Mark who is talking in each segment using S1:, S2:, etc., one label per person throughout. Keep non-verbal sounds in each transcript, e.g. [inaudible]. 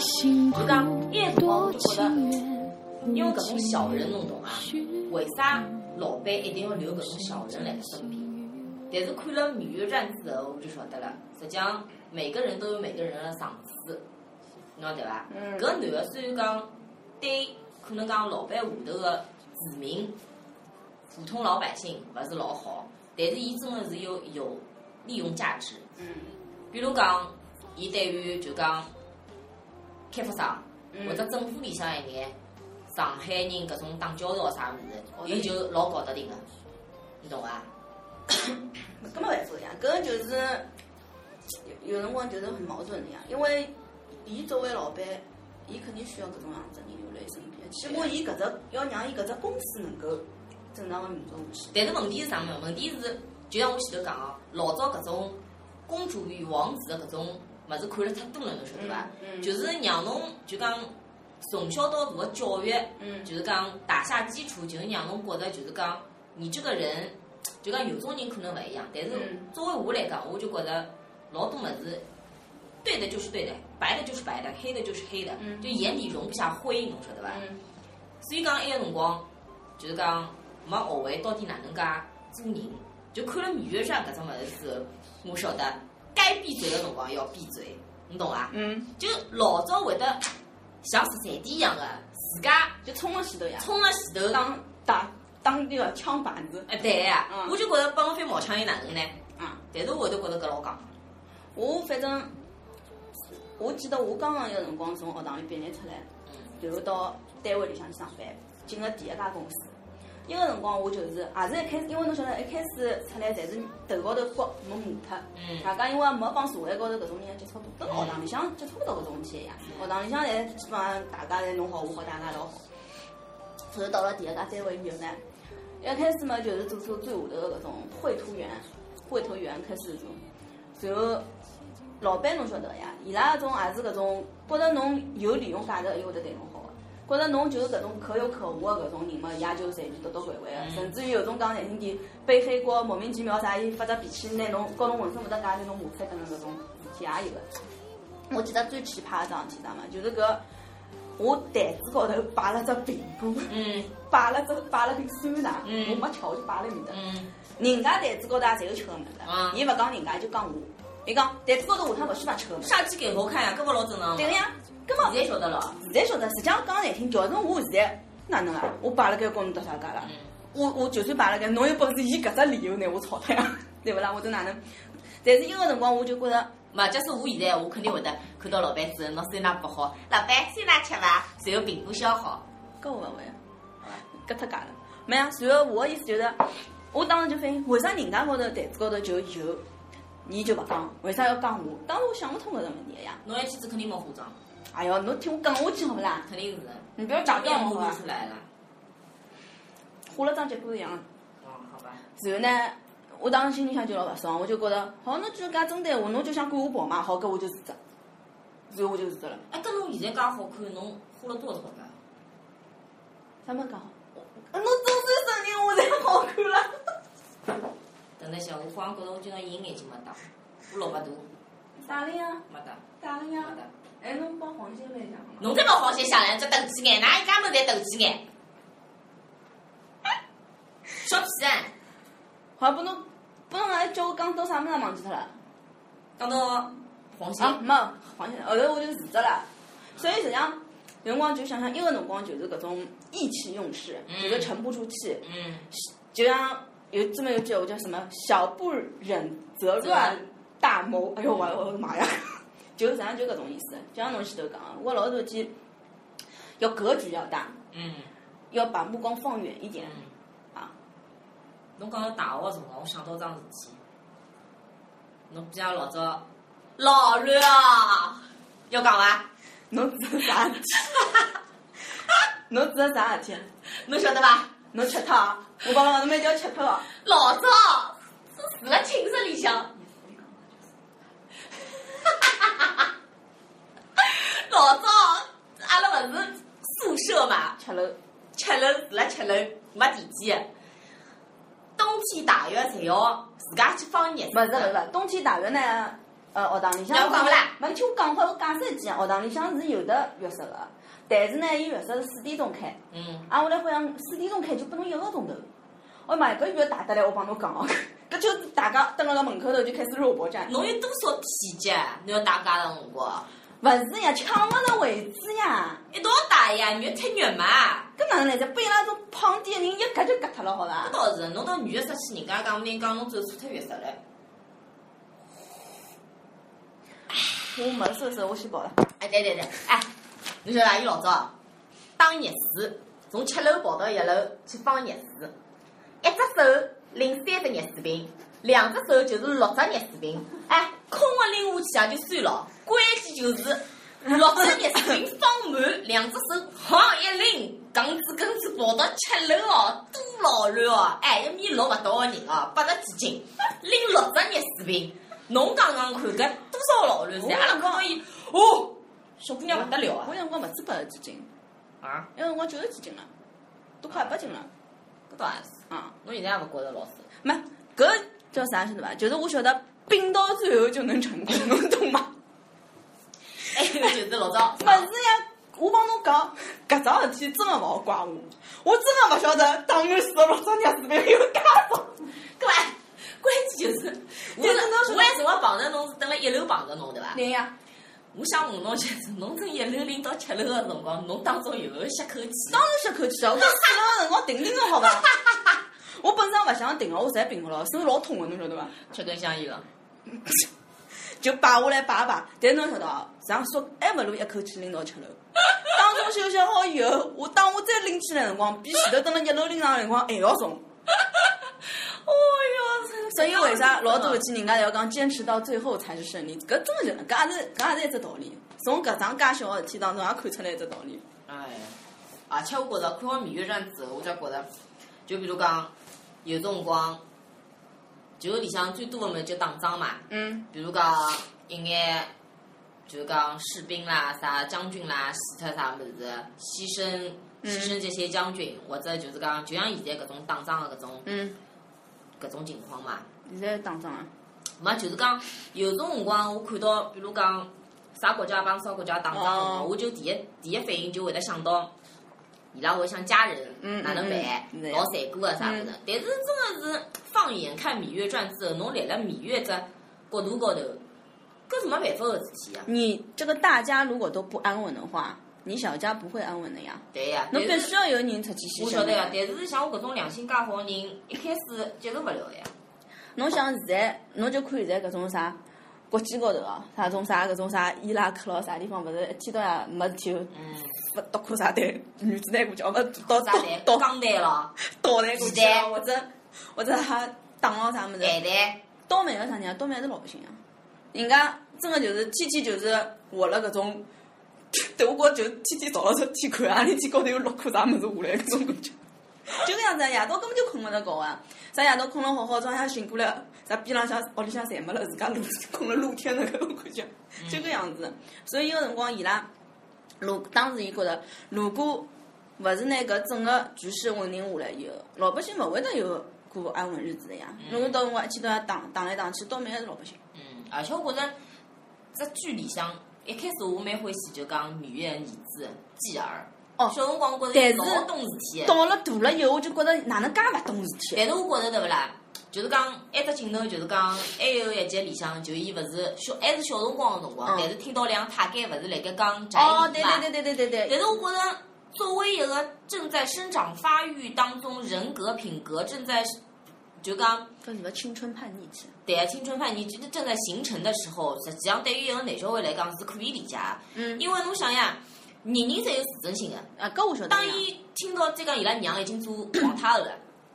S1: 幸福
S2: 刚越
S1: 多
S2: 多情
S1: 情愿，
S2: 因为搿种小人侬懂伐？为啥老板一定要留搿种小人来身边？但是看了《芈月传》之后，我就晓得了，实际上每个人都有每个人的上司，侬晓得伐？
S3: 嗯
S2: 搿男的虽然讲对可能讲老板下头的子民、普通老百姓勿是老好，但是伊真的是有有利用价值。
S3: 嗯
S2: 比如讲，伊对于就讲开发商
S3: 嗯
S2: 或者政府里向一眼上海人搿种打交道啥物
S3: 哦
S2: 事，伊就老搞得定个，你懂伐、
S3: 搿没办法呀，搿就是有有辰光就是很矛盾的呀，因为伊作为老板，伊肯定需要搿种样子人留辣伊身边，起码伊搿只要让伊搿只公司能够正常个运作下去。
S2: 但是问题是啥物？问题是，就像我前头讲哦，老早搿种公主与王子的搿种物事看了太多了，侬晓得伐？
S3: 嗯嗯
S2: 就是让侬就讲从小到大的教育，
S3: 嗯
S2: 就是讲打下基础，就是让侬觉得就是讲你这个人，就讲有种人可能勿一样，但是
S3: 嗯
S2: 作为我来讲，我就觉得老多物事。对的就是对的，白的就是白的，黑的就是黑的，
S3: 嗯
S2: 就眼里容不下灰，侬晓得伐？
S3: 嗯
S2: 所以讲埃个辰光，就是讲没学会到底哪能介做人，就看了《芈月传》搿只物事之后，我晓得该闭嘴的辰光要闭嘴，你懂伐、
S3: 嗯，
S2: 就老早会得像十三点一样的，自家
S3: 就冲了前头呀，
S2: 冲了前头当，
S3: 当打当那个枪靶子
S2: 哎对呀、
S3: 嗯
S2: 我就觉着帮我翻毛腔伊哪能呢？
S3: 啊。
S2: 但是我会得觉着搿老戆，
S3: 我反正，我记得我刚刚有辰光从学堂里毕业出来，然后到单位里向去上班，进了第一家公司。伊个辰光我就是，也是一开始，因为侬晓得，一开始出来侪是头高头角没磨脱，
S2: 嗯
S3: 大家因为没帮社会高头搿种人接触过，跟学堂里向接触不到搿种事体一样。学堂里向侪基本上大家侪侬好我好大家老好。后头到了第一家单位以后呢，一开始嘛就是做做最下头的搿种绘图员，绘图员开始做，然后老板侬晓得呀，伊拉搿种也是搿种觉得侬有利用价值，伊会得对侬好个。觉得侬就是搿种可有可无的搿种人嘛，伊也就随便捣捣怪怪的，甚至于有种讲难听点，背黑锅、莫名其妙啥，伊发只脾气，拿侬告侬浑身勿搭界，拿侬骂翻搿能搿种事体也有个。我记得最奇葩的一桩事体是啥嘛，就是搿我台子高头摆了只苹果，
S2: 嗯
S3: 摆了只摆了瓶酸奶，
S2: 嗯
S3: 我没吃，我就摆了面搭。
S2: 嗯
S3: 人家台子高头也侪有吃个物
S2: 啊
S3: 事，伊勿讲人家，就讲我。伊讲台子高头下趟勿许摆吃个物事。
S2: 杀鸡给猴看呀，搿勿老正常
S3: 对
S2: 吗
S3: 个？呀，根本
S2: 现在晓得了，
S3: 现在晓得，实际上讲难听，调成我现在哪能啊？我摆了该公侬搭啥界了
S2: 嗯？
S3: 我我就算摆了该，侬有本事以搿只理由拿我炒脱呀， [laughs] 对勿啦？我都哪能？但是伊个辰光我就觉着，
S2: 嘛，假使我现在，我肯定会得看到老板之后拿酸奶拨好，老板酸奶吃伐？然后苹果削好，
S3: 搿我勿会啊，搿太假了。没啊，然后我个意思就是，我当时就反应，为啥人家高头台子高头就有，你就勿讲，为啥要讲我？当时我想勿通搿只问题个呀。
S2: 侬一天子肯定没化妆，
S3: 哎哟，侬听我讲下去好勿啦？
S2: 肯定是
S3: 你不要假
S2: 要
S3: 装
S2: 么
S3: 好伐
S2: 看？出来了。
S3: 化了妆结果一样啊。
S2: 哦，好吧，
S3: 然后呢，我当时心里向就老勿爽，我就觉着，好，侬就是介针对我，侬就想赶我跑嘛，好，搿我就辞职。然后我就辞职了，
S2: 哎，搿侬现在介好看，侬花了多少钞票？啊
S3: 啥么讲好？哦我侬总算承认我才好看了。
S2: 等一下，我忽然觉着我今朝隐眼睛没打，我老百度
S3: 打了呀，
S2: 没打，
S3: 打了
S2: 没打。
S3: 哎，侬帮黄金来讲嘛？
S2: 侬再把好心想来，只斗鸡眼，哪一家么侪斗鸡眼？小屁蛋，
S3: 好，拨侬，拨侬来叫我讲到啥物事忘记脱了。
S2: 讲到黄心，
S3: 啊，没好像后头我就辞职了。所以实际上，有辰光就想想，一个辰光就是搿种意气用事，就是沉不住气。
S2: 嗯，
S3: 就像有这么一句，我叫什么“小不忍则乱大谋”。哎呦，我我的妈呀！ [laughs] 就是咱就搿种意思，就像侬前头讲的，我老头去要格局要大，
S2: 嗯，
S3: 要把目光放远一点
S2: 嗯。
S3: 啊。
S2: 侬讲到大学个辰光，我想到桩事体。侬比像老早老乱啊，要讲伐？
S3: 侬指的啥事体？侬指的啥事体？
S2: 侬晓得伐？
S3: 侬吃脱啊！我帮侬，侬每条吃脱啊！
S2: 老早是住辣寝室里向， [laughs] 老早阿拉勿是宿舍嘛，
S3: 吃了，
S2: 七楼住辣七楼，没电梯的。冬天大浴侪要自家去放热水
S3: 勿是勿是，冬天大浴呢，呃，学堂里向
S2: 让我讲不啦？
S3: 没听我讲好，我解释一记，学堂里向是有的浴室个，但是呢，伊浴室是四点钟开，
S2: 嗯，
S3: 啊，我来好像四点钟开就拨侬一个钟头。哎妈呀，搿越大得来，我帮侬讲哦， [laughs] 搿就大家蹲辣辣门口头就开始肉搏战。
S2: 侬有多少体积？侬要打架的辰光，
S3: 勿是呀，抢勿着位置呀，
S2: 一道打呀，肉踢肉嘛。
S3: 搿哪能来着？被伊拉种胖点人一夹就夹脱了，好伐
S2: 搿？倒是，侬到女浴室去，人家讲不定讲侬走错脱浴室了。
S3: 我没收拾，我先跑了。
S2: 哎，对对对，哎，侬晓得伐？伊老啊早打热水，从七楼跑到一楼去放热水，一只手拎三只热水瓶，两只手就是六只热水瓶。哎，空个拎下去也就算了，关键就是六只热水瓶放满，两只手好一拎，杠子根子跑到七楼哦，多老乱哦！哎，一米六勿到个人哦，八十几斤，拎六只热水瓶。侬讲讲看，搿多少老乱噻！阿拉讲伊，哦，小姑娘勿得了啊
S3: 我！有辰光勿止八十几斤，
S2: 啊，
S3: 有辰光九十几斤了，都快一百斤了。
S2: 搿倒也是。
S3: 啊，
S2: 侬现在也勿觉着 [laughs] 老瘦，
S3: 没搿叫啥晓得伐？就是我晓得拼到最后就能成功， [laughs] 侬懂吗？
S2: 哎，就是老早
S3: 勿是呀，我帮侬讲，搿桩事体真个勿好怪我，我真个勿晓得打我死了老早娘子妹有介少。
S2: 对伐？关键就是， [laughs] 我
S3: 但是侬
S2: 是我还辰光碰着侬是等了一楼碰着侬对伐？
S3: 对哎呀，
S2: 我想问侬就是，侬从一楼拎到七楼个辰光，侬当中有没有吸口气？ [laughs]
S3: 当然吸口气啊！我讲死了个辰光停停个好伐？我本身勿想停啊个，我实在停勿牢，手老痛个，侬晓得伐？
S2: 吃根香烟了，
S3: 就摆下来摆一摆，但是侬晓得哦，上说还勿如一口气拎到七楼。当中休息好以后，我当我再拎起来的辰光，比前头蹲辣一楼拎上的辰光还要重。
S2: 哦哟，
S3: 所以为啥老多事体人家侪要讲坚持到最后才是胜利？搿真的是，搿也是搿也是一只道理。从搿桩介小个事体当中也看出来一只道理。
S2: 哎，而且我觉着看完《芈月传》之后，我才觉着，就比如讲，有辰光，就里向最多的嘛就打仗嘛，
S3: 嗯
S2: 比如讲一眼，就是讲士兵啦、啥将军啦，死脱啥物事，牺牲
S3: 嗯
S2: 牺牲这些将军，或者就是讲，就像现在搿种打仗的搿种
S3: 嗯，
S2: 搿种情况嘛，
S3: 现在打仗啊？
S2: 没就是讲，有种辰光我看到，比如讲啥国家帮啥国家打仗的辰
S3: 哦
S2: 光，我就第一第一反应就会得想到，伊拉会想家人
S3: 嗯
S2: 哪能办
S3: 嗯嗯，
S2: 老残酷啊啥物事。但是真的是放眼看《芈月传》之后，侬立了芈月这角度高头，搿是没办法个事体啊。
S3: 你这个大家如果都不安稳的话，你小家不会安稳的呀。
S2: 对呀，
S3: 侬必
S2: 但
S3: 须
S2: 是
S3: 要有人出去牺牲。
S2: 我晓得呀，但是像我搿种良心介好的人，一开始接受勿了呀。
S3: 侬想现在，侬就看现在搿种啥国际高头啊，啥种啥搿种啥伊拉克咯，啥地方勿是一天到啊夜没事体
S2: 嗯，
S3: 勿倒库啥队，女子拿过去，哦勿倒
S2: 啥
S3: 倒
S2: 蛋、
S3: 倒
S2: 钢蛋咯、
S3: 倒来过去
S2: 鸡蛋
S3: 啊，或者或者还打哦啥物事，
S2: 蛋蛋，
S3: 倒霉个啥人啊？倒霉是老百姓啊，人家真个就是天天就是活了搿种。德国就天天早浪出去看，阿里啊天高头有落库啥物事下来，搿种感觉，就搿样子啊。夜到根本就困勿着觉啊，啥夜到困了好好，早浪向醒过来，啥边浪向屋里向侪没了，自家露困了露天的搿种感觉，就搿样子。所以有辰光伊拉，如当时伊觉着，如果勿是拿搿整个局势稳定下来以后，老百姓勿会得有过安稳日子的呀。如果到辰光一天到夜打打来打去，倒霉还是老百姓。
S2: 嗯，而且我觉着这剧里向一开始我蛮欢喜，就讲芈月的儿子继儿。
S3: 哦
S2: 小辰光我觉
S3: 但
S2: 着
S3: 是
S2: 老懂事体的，
S3: 到了大了以后，我就觉着哪能介勿懂事体啊。
S2: 但是我觉着对勿啦？就是讲，埃只镜头就是讲，还有一集里向，就伊勿是小，还是小辰光个辰光
S3: 嗯，
S2: 但是听到两个太监勿是辣盖讲宅
S3: 哦，
S2: 女
S3: 对
S2: 嘛
S3: 对对对对对对
S2: 但。是我觉得，作为一个正在生长发育当中，人格品格正在就讲
S3: 叫什么青春叛逆期？
S2: 对啊，青春叛逆正正在形成的时候，实际上对于一个男小孩来讲是可以理解的。
S3: 嗯
S2: 因为侬想呀，人人侪有自尊心的。
S3: 啊，搿我晓得
S2: 当
S3: 呀，
S2: 伊听到再讲伊拉娘已经做皇太后了，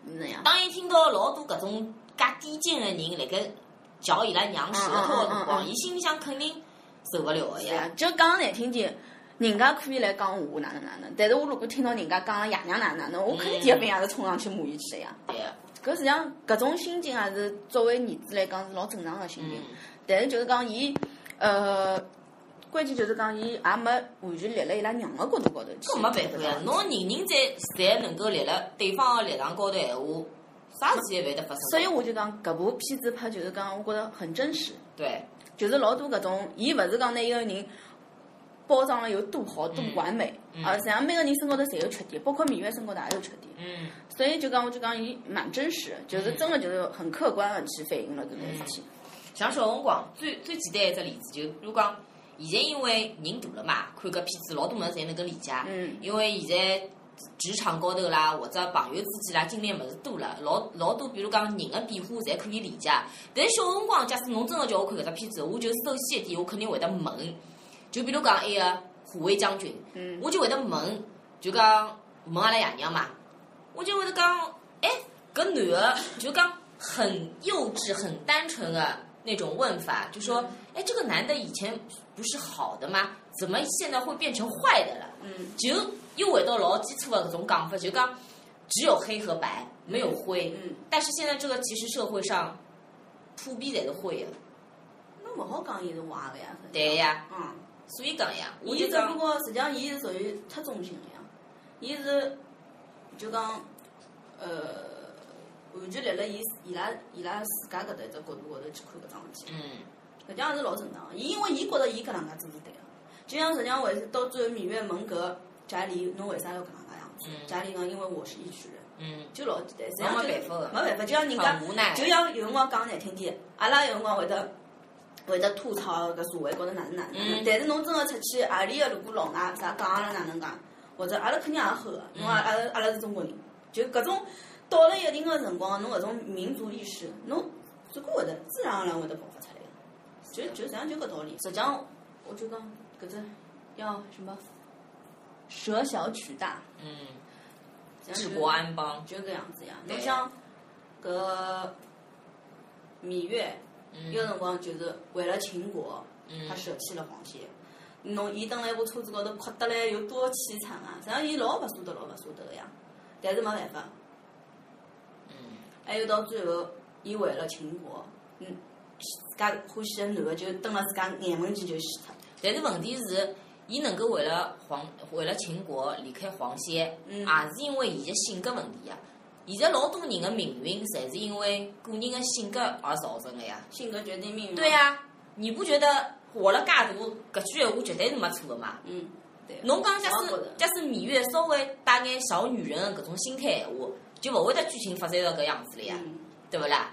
S3: 是那样。
S2: 当伊听到老多搿种介低贱的人辣盖嚼伊拉娘舌头的辰
S3: 嗯嗯嗯嗯
S2: 光，
S3: 嗯啊
S2: 伊心里向肯定受勿了的
S3: 对呀
S2: 呀。，
S3: 就讲难听点，人家可以来讲我哪能哪能，但是我如果听到人家讲了爷娘哪能哪能，我肯定第一反应也是冲上去骂伊去的呀。
S2: 对啊，
S3: 搿实际上搿种心情也是作为儿子来讲是老正常的心情
S2: 嗯，，
S3: 但是就是讲伊，呃，关键就是讲伊也没完全立辣伊拉娘个角度高头去。
S2: 搿没办法
S3: 对
S2: 呀
S3: 吧。
S2: 侬人人侪侪能够立辣对方的立场高头闲话，啥事体也勿会得发生。
S3: 所以我就讲搿部片子拍就是讲，我觉得很真实。
S2: 对，
S3: 就是老多搿种，伊勿是讲拿一个人包装了有多好多完美，
S2: 嗯嗯
S3: 而实际上每个人身高头侪有缺点，包括演员身高头也有缺点。
S2: 嗯
S3: 所以就讲，我就讲伊蛮真实，就是真的就是很客观的去反映了搿个事体。
S2: 像小辰光最最简单一只例子，就如果讲现在因为人大了嘛，看搿片子老多物事侪能够理解。
S3: 嗯
S2: 因为现在职场高头啦，或者朋友之间啦，经历的物事多了，老老多，比如讲人的变化，侪可以理解。但是小辰光，假使侬真的叫我看搿只片子，我就首先一点，我肯定会得问，就比如讲埃个虎威将军，
S3: 嗯
S2: 我就会得问，就哎讲问阿拉爷娘嘛，我就会得讲，哎，搿男的就讲很幼稚、很单纯的那种问法，就说，哎，这个男的以前不是好的吗？怎么现在会变成坏的了？
S3: 嗯
S2: 就又回到老基础的搿种讲法，就讲只有黑和白，没有灰。
S3: 嗯，
S2: 但是现在这个其实社会上普遍侪是灰的，
S3: 那勿好讲伊是坏个呀。
S2: 对呀，
S3: 嗯，
S2: 所以讲呀，我
S3: 伊
S2: 就
S3: 只不
S2: 讲，
S3: 过实际上伊是属于太中性了呀，伊是就讲呃，完全立了伊伊拉伊拉自家搿搭一只角度高头去看搿桩事体。
S2: 嗯
S3: 搿点也是老正常的。伊因为伊觉得伊搿能介做是对个，就像实际上为到最后米月问搿贾里，侬为啥要搿能介样子？
S2: 嗯
S3: 贾里讲，因为我是一区人，
S2: 嗯，
S3: 就老简单。实际
S2: 没
S3: 上就
S2: 办法的
S3: 没办法，就像人家
S2: 很，无奈
S3: 就。像有辰光讲难听点，阿拉有辰光会得。会得吐槽搿社会高头哪能哪能哪能，
S2: 嗯
S3: 但是侬真个出去，阿里个如果老外啥讲阿拉哪能讲，或者阿拉肯定也吼个，因为阿拉阿拉阿拉是中国人，就搿种到了一定个辰光，侬搿种民族意识，侬最后会得自然而然会得爆发出来的。就就实际上就搿道理。实际上，我就讲搿只要什么舍小取大，
S2: 嗯，
S3: 实际
S2: 治
S3: 上就
S2: 国安邦。
S3: 就搿样子呀。
S2: 对呀
S3: 侬像搿芈月，
S2: 嗯
S3: 有辰光就是为了秦国，
S2: 嗯
S3: 他舍弃了黄歇。侬伊蹲辣一部车子高头哭得来有多凄惨啊！实际上伊老勿舍得，老勿舍得个呀。但是没办法，
S2: 嗯
S3: 还有到最后，伊为了秦国，嗯，自家欢喜个男个就蹲辣自家眼门前就死脱。
S2: 但是问题是，伊能够为了黄为了秦国离开黄歇，也、
S3: 嗯
S2: 是因为伊的性格问题啊。现在老多人的命运，侪是因为个人的性格而造成的呀。
S3: 性格决定命运。
S2: 对、呀、你不觉得活了介大，搿句闲话绝对是没错的嘛？
S3: 嗯，对。
S2: 侬讲假
S3: 我也觉
S2: 使
S3: 得
S2: 假使芈月稍微带眼小女人的搿种心态闲话，就勿会得剧情发展到搿样子了呀，
S3: 嗯
S2: 对勿啦？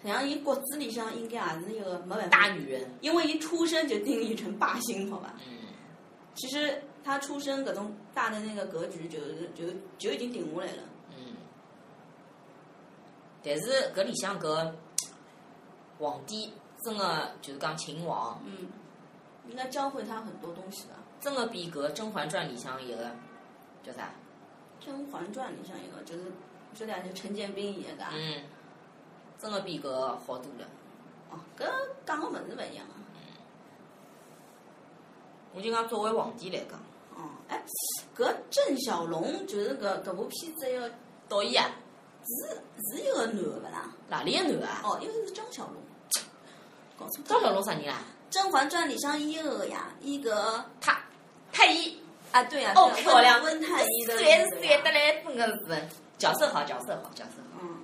S3: 实际上，伊骨子里向应该也是一个没办
S2: 大
S3: 法，
S2: 女人，
S3: 因为伊出生就定义成霸星，好吧？
S2: 嗯
S3: 其实他出生搿种大的那个格局就是就就已经定下来了。
S2: 嗯。但是搿里向搿皇帝真个就是讲秦王，
S3: 嗯，应该教会他很多东西吧。
S2: 真个比搿《甄嬛传》里向一个叫啥？
S3: 《甄嬛传》里向一个就是就两就陈建斌演的啊，
S2: 嗯，真个比搿好多了。
S3: 哦，搿讲个物事勿一样啊。
S2: 我就讲作为皇帝来讲，
S3: 哦，哎，搿郑晓龙就是搿搿部片子要
S2: 导演啊，
S3: 是是一个男的勿啦？
S2: 哪里个男的啊？
S3: 哦，一个是张小龙，搞错脱
S2: 张
S3: 了。
S2: 小龙啥人啊？
S3: 《甄嬛传》里向伊个呀，伊个
S2: 太太医，
S3: 啊，对呀、
S2: 哦
S3: 对呀
S2: 漂亮
S3: 温温太医的，
S2: 帅是帅得，来，真的是角色好，角色好，角色好，
S3: 嗯，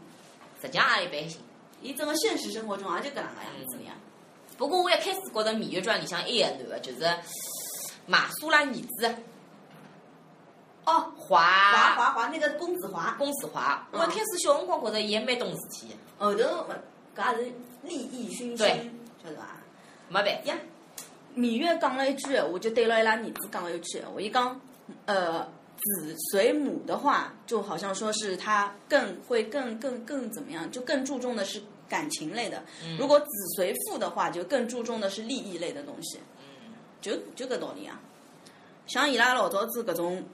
S2: 实际上也一般性。
S3: 伊整个现实生活中啊也就搿能介样子呀。
S2: 不过我一开始觉得《芈月传》里向还有一个男的，就是马苏拉儿子
S3: 哦，华
S2: 华
S3: 华华那个公子华，
S2: 公子华。
S3: 嗯
S2: 我一开始小辰光觉得伊还蛮懂事体的，
S3: 后头搿也是利益熏心
S2: 对，
S3: 晓得伐？
S2: 没办法。
S3: 呀，芈月讲了一句闲话，就对了伊拉儿子讲了一句闲话，伊讲，呃，子随母的话，就好像说是他更会更更更怎么样，就更注重的是感情类的；
S2: 嗯
S3: 如果子随父的话，就更注重的是利益类的东西，
S2: 嗯
S3: 就就搿道理啊。像伊拉老早子搿种，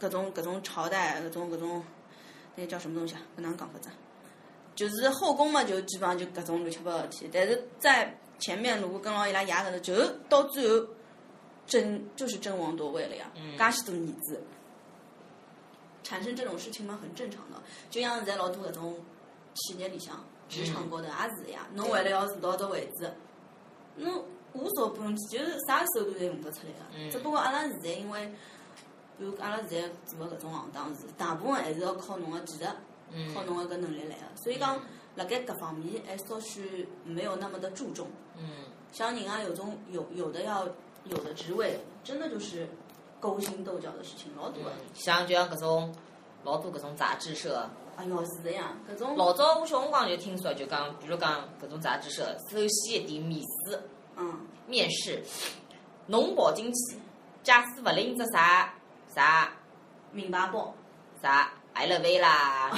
S3: 搿种搿种朝代，啊搿种搿种，那叫什么东西啊？搿哪能讲法子啊？就是后宫嘛，就基本上就搿种乱七八糟的事体。但是在前面，如果跟牢伊拉爷搿头，就是到最后争就是争王夺位了呀
S2: 嗯，
S3: 噶许多儿子，产生这种事情嘛，很正常的。就像现在老多搿种企业里向、职场
S2: 嗯
S3: 高头也是的呀，侬为了要坐到这位置，侬无所不用其，就是啥手段侪用得出来的。
S2: 嗯
S3: 只不过阿拉现在因为，比如阿拉现在做个搿种行当是，大部分还是要靠侬个技术。靠
S2: 嗯
S3: 侬个搿能力来个。所以讲，辣盖搿方面还稍许没有那么的注重。
S2: 嗯，
S3: 像人家啊有种有有的要有的职位，真的就是勾心斗角的事情老多
S2: 对
S3: 的。，
S2: 像就像搿种老多搿种杂志社，
S3: 哎哟，是的呀，搿种
S2: 老早我小辰光就听说，就讲比如讲搿种杂志社，首先一点面试，
S3: 嗯
S2: 面试，侬跑进去，假使勿拎只啥啥
S3: 名牌包
S2: 啥 LV 啦、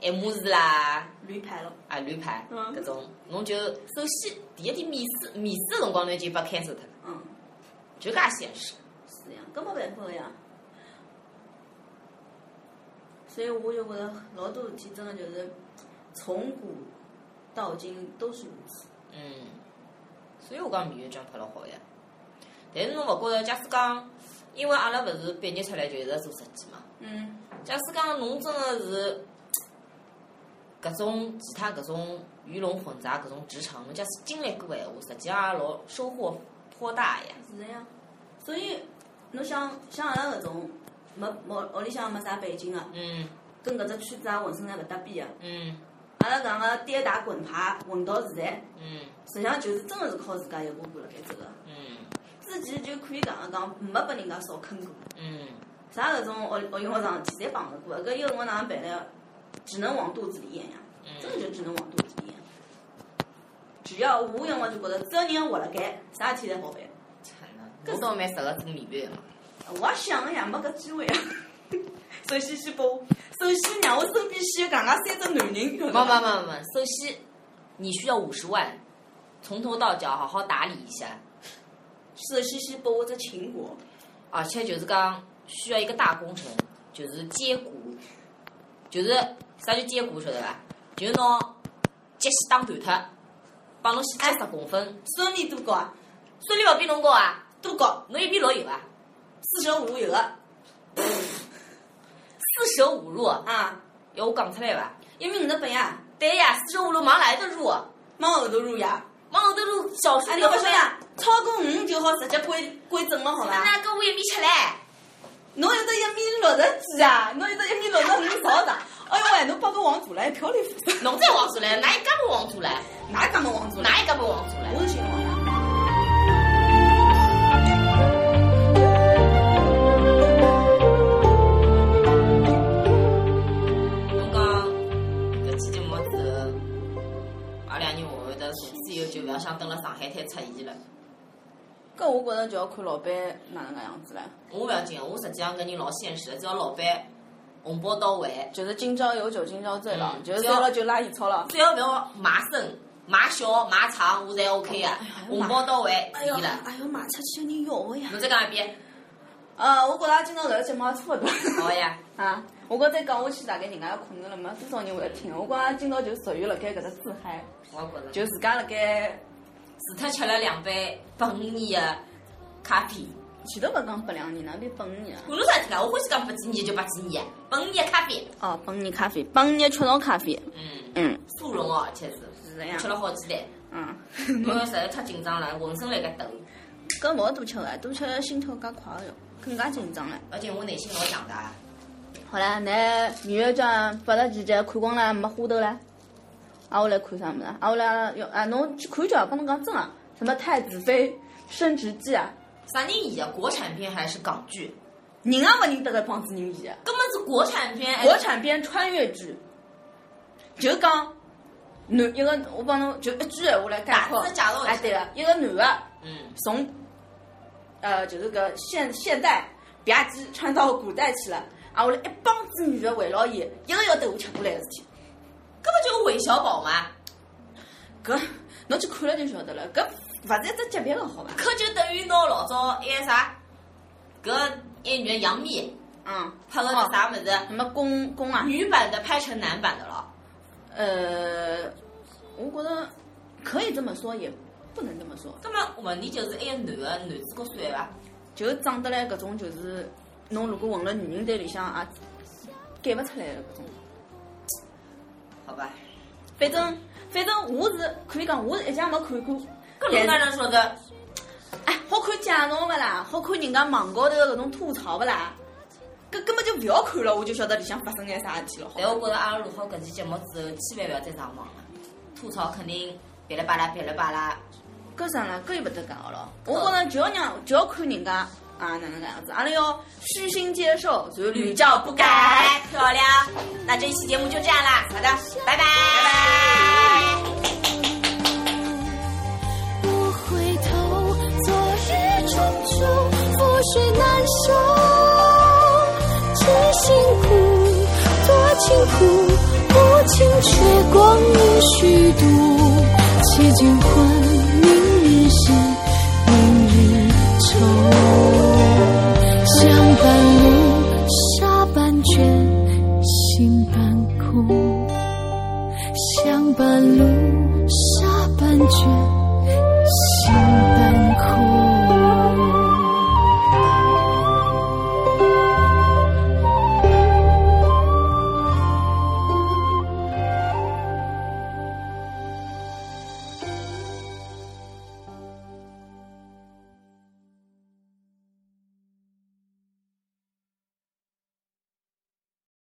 S2: M 字啦。
S3: 绿牌了，
S2: 啊，乱排
S3: 嗯
S2: 搿种，侬就首先第一点面试，面试的辰光侬就被 cancel 脱了，
S3: 嗯，
S2: 就介现实。
S3: 是的呀，搿没办法的呀。所以我就觉着老多事体真的就是从古到今都是如此。
S2: 嗯，所以我讲面卷拍了好呀。但是侬勿觉着，假使讲，因为阿拉勿是毕业出来就一直做设计嘛，
S3: 嗯
S2: 假使讲侬真的是搿种其他搿种鱼龙混杂搿种职场，侬假使经历过闲话，实际上也老收获颇大呀。
S3: 是的呀，所以侬想像阿拉搿种没没屋里向没啥背景个、啊
S2: 嗯
S3: 跟搿只圈子也浑身也勿搭边啊个，
S2: 嗯
S3: 阿拉讲个跌打滚爬混到现在，
S2: 嗯
S3: 实际上就是真个是靠自家一步步辣盖走个。
S2: 嗯
S3: 之前就可以讲一讲，没拨人家少坑过，
S2: 嗯
S3: 啥搿种学学用学上事体侪碰着过，搿一个辰光哪能办呢？只能往肚子里咽呀，
S2: 嗯
S3: 真的就只能往肚子里咽。只要我用我就觉着，只要人活辣盖，啥事体侪好办。
S2: 惨了，搿时候蛮适合做美院的嘛。
S3: 我也想个呀，没搿机会啊。 [laughs] 首先先拨我，首先让我身边先搿能介三只男人，
S2: 没没没没，首先你需要五十万，从头到脚好好打理一下，
S3: 首先先拨我只秦国，
S2: 而且就是讲需要一个大工程，就是接骨，就是啥叫接骨晓得伐？就是拿脚先打断脱，啊帮侬先减十公分，
S3: 收入多高啊？
S2: 算力勿比侬高啊，
S3: 多高？
S2: 侬一米六有伐？
S3: 四舍五入有个
S2: 四舍五入，
S3: 啊，
S2: 要我讲出来伐？
S3: 一米五十八呀，
S2: 对呀，四舍五入往哪里头入？往
S3: 往后头入呀。
S2: 后头入小数
S3: 哎，
S2: 点
S3: 侬勿晓得呀，超过五就好直接归归整了，好伐？
S2: 那跟我一米七嘞，
S3: 侬有得一米六十几啊？侬有得一米六十五少啥？哎呦喂，侬把我往左来，漂亮 [laughs] 死！
S2: 侬再往出来，哪一家不往出来？
S3: 哪敢么往左来？
S2: 哪一家不往出来？
S3: 我是新郎呀。
S2: 侬讲搿期节目之后，阿拉两人会勿会得从此以后就勿要想蹲辣上海滩出现了？
S3: 搿我觉着就要看老板哪能介样子了。
S2: 我勿要紧，啊我实际上搿人老现实的，只要老板红包到位，
S3: 就是今朝有酒今朝醉了，
S2: 嗯
S3: 就是醉了就拉伊操了。
S2: 只要勿要卖身、卖小、卖长，我侪 OK 的。红包到位，可以了。
S3: 哎呦，卖出去有人要个呀！
S2: 侬再讲一遍，
S3: 呃，我觉着今朝搿个节目也差不多 [laughs] 了。
S2: 好呀。
S3: 啊，我觉着再讲下去，大概人家也困着了，没多少人会得听。我觉着今朝就属于辣盖搿只自嗨，
S2: 我也觉着，就
S3: 就自家辣盖
S2: 除脱吃了两杯八五年的咖啡。
S3: 前头勿讲八两年，哪边八五年啊？
S2: 管侬啥体啦，我欢喜讲八几年就八几年，八五年的咖啡，
S3: 哦，八五年咖啡，八五年雀巢咖啡。
S2: 嗯，
S3: 嗯，
S2: 速溶哦，而且是
S3: 是这样
S2: 吃。了好几袋。
S3: 嗯，
S2: 因为实在太紧张了，浑身辣盖抖，
S3: [laughs] 搿勿好多吃个，多吃心跳加快个哟，更加紧张了。
S2: 而且我内啊心老强大。
S3: 好啦，那女月奖八十几集看光了，没花头了。啊，我来看啥么子啊？啊，我来用啊，侬去看叫，帮侬讲真啊，什么太子妃、升职记啊，
S2: 啥人演的？国产片还是港剧？
S3: 人也勿认得搿帮子人啊演
S2: 根本是国产片，
S3: 的。国产片穿越剧，就讲男一个，我帮侬就一句闲话来概括。
S2: 大致介绍一下
S3: 哎，对了，一个男的
S2: 嗯
S3: 从呃就是搿现现代吧唧穿到古代去了，啊，我来一帮子女的围牢伊，一个要对我吃过来的事体。
S2: 根本就是韦小宝嘛。
S3: 搿侬去看了就晓得了，搿勿是一只级别个好伐？
S2: 可就等于拿老早那个啥，搿演员杨幂
S3: 嗯，
S2: 拍个啥物事，
S3: 什么宫宫啊？
S2: 女版的拍成男版的了。
S3: 呃，我觉得可以这么说，也不能这么说，
S2: 那么问题就是，那个男的男主角帅伐？
S3: 就长得来搿种就是，侬如果混了女人堆里向也改勿出来的搿种。
S2: 好吧，
S3: 反正反正我是可以讲，我是一家没看过，
S2: 搿侬哪能晓得？
S3: 哎，好看介绍勿啦？好看人家网高头搿种吐槽勿啦？搿根本就勿要看了，我就晓得里向发生眼啥事体了。好
S2: 但我觉着阿拉录好搿期节目之后，千万勿要再上网了，吐槽肯定噼里啪啦噼里啪啦。
S3: 搿啥啦？搿又勿得讲个咯。
S2: 哦
S3: 我觉着就要让就要看人家啊哪能介样子，阿拉要虚心接受，然后屡教不改。
S2: 嗯哎漂亮，那这一期节目就这样啦，好的，拜拜，拜拜
S1: 我回头，昨日重重，覆水难收。真辛苦，多辛苦，不情却光阴虚度。且惊魂，明日事，明日愁。相伴路，沙半卷，心半空。相伴路，沙半卷。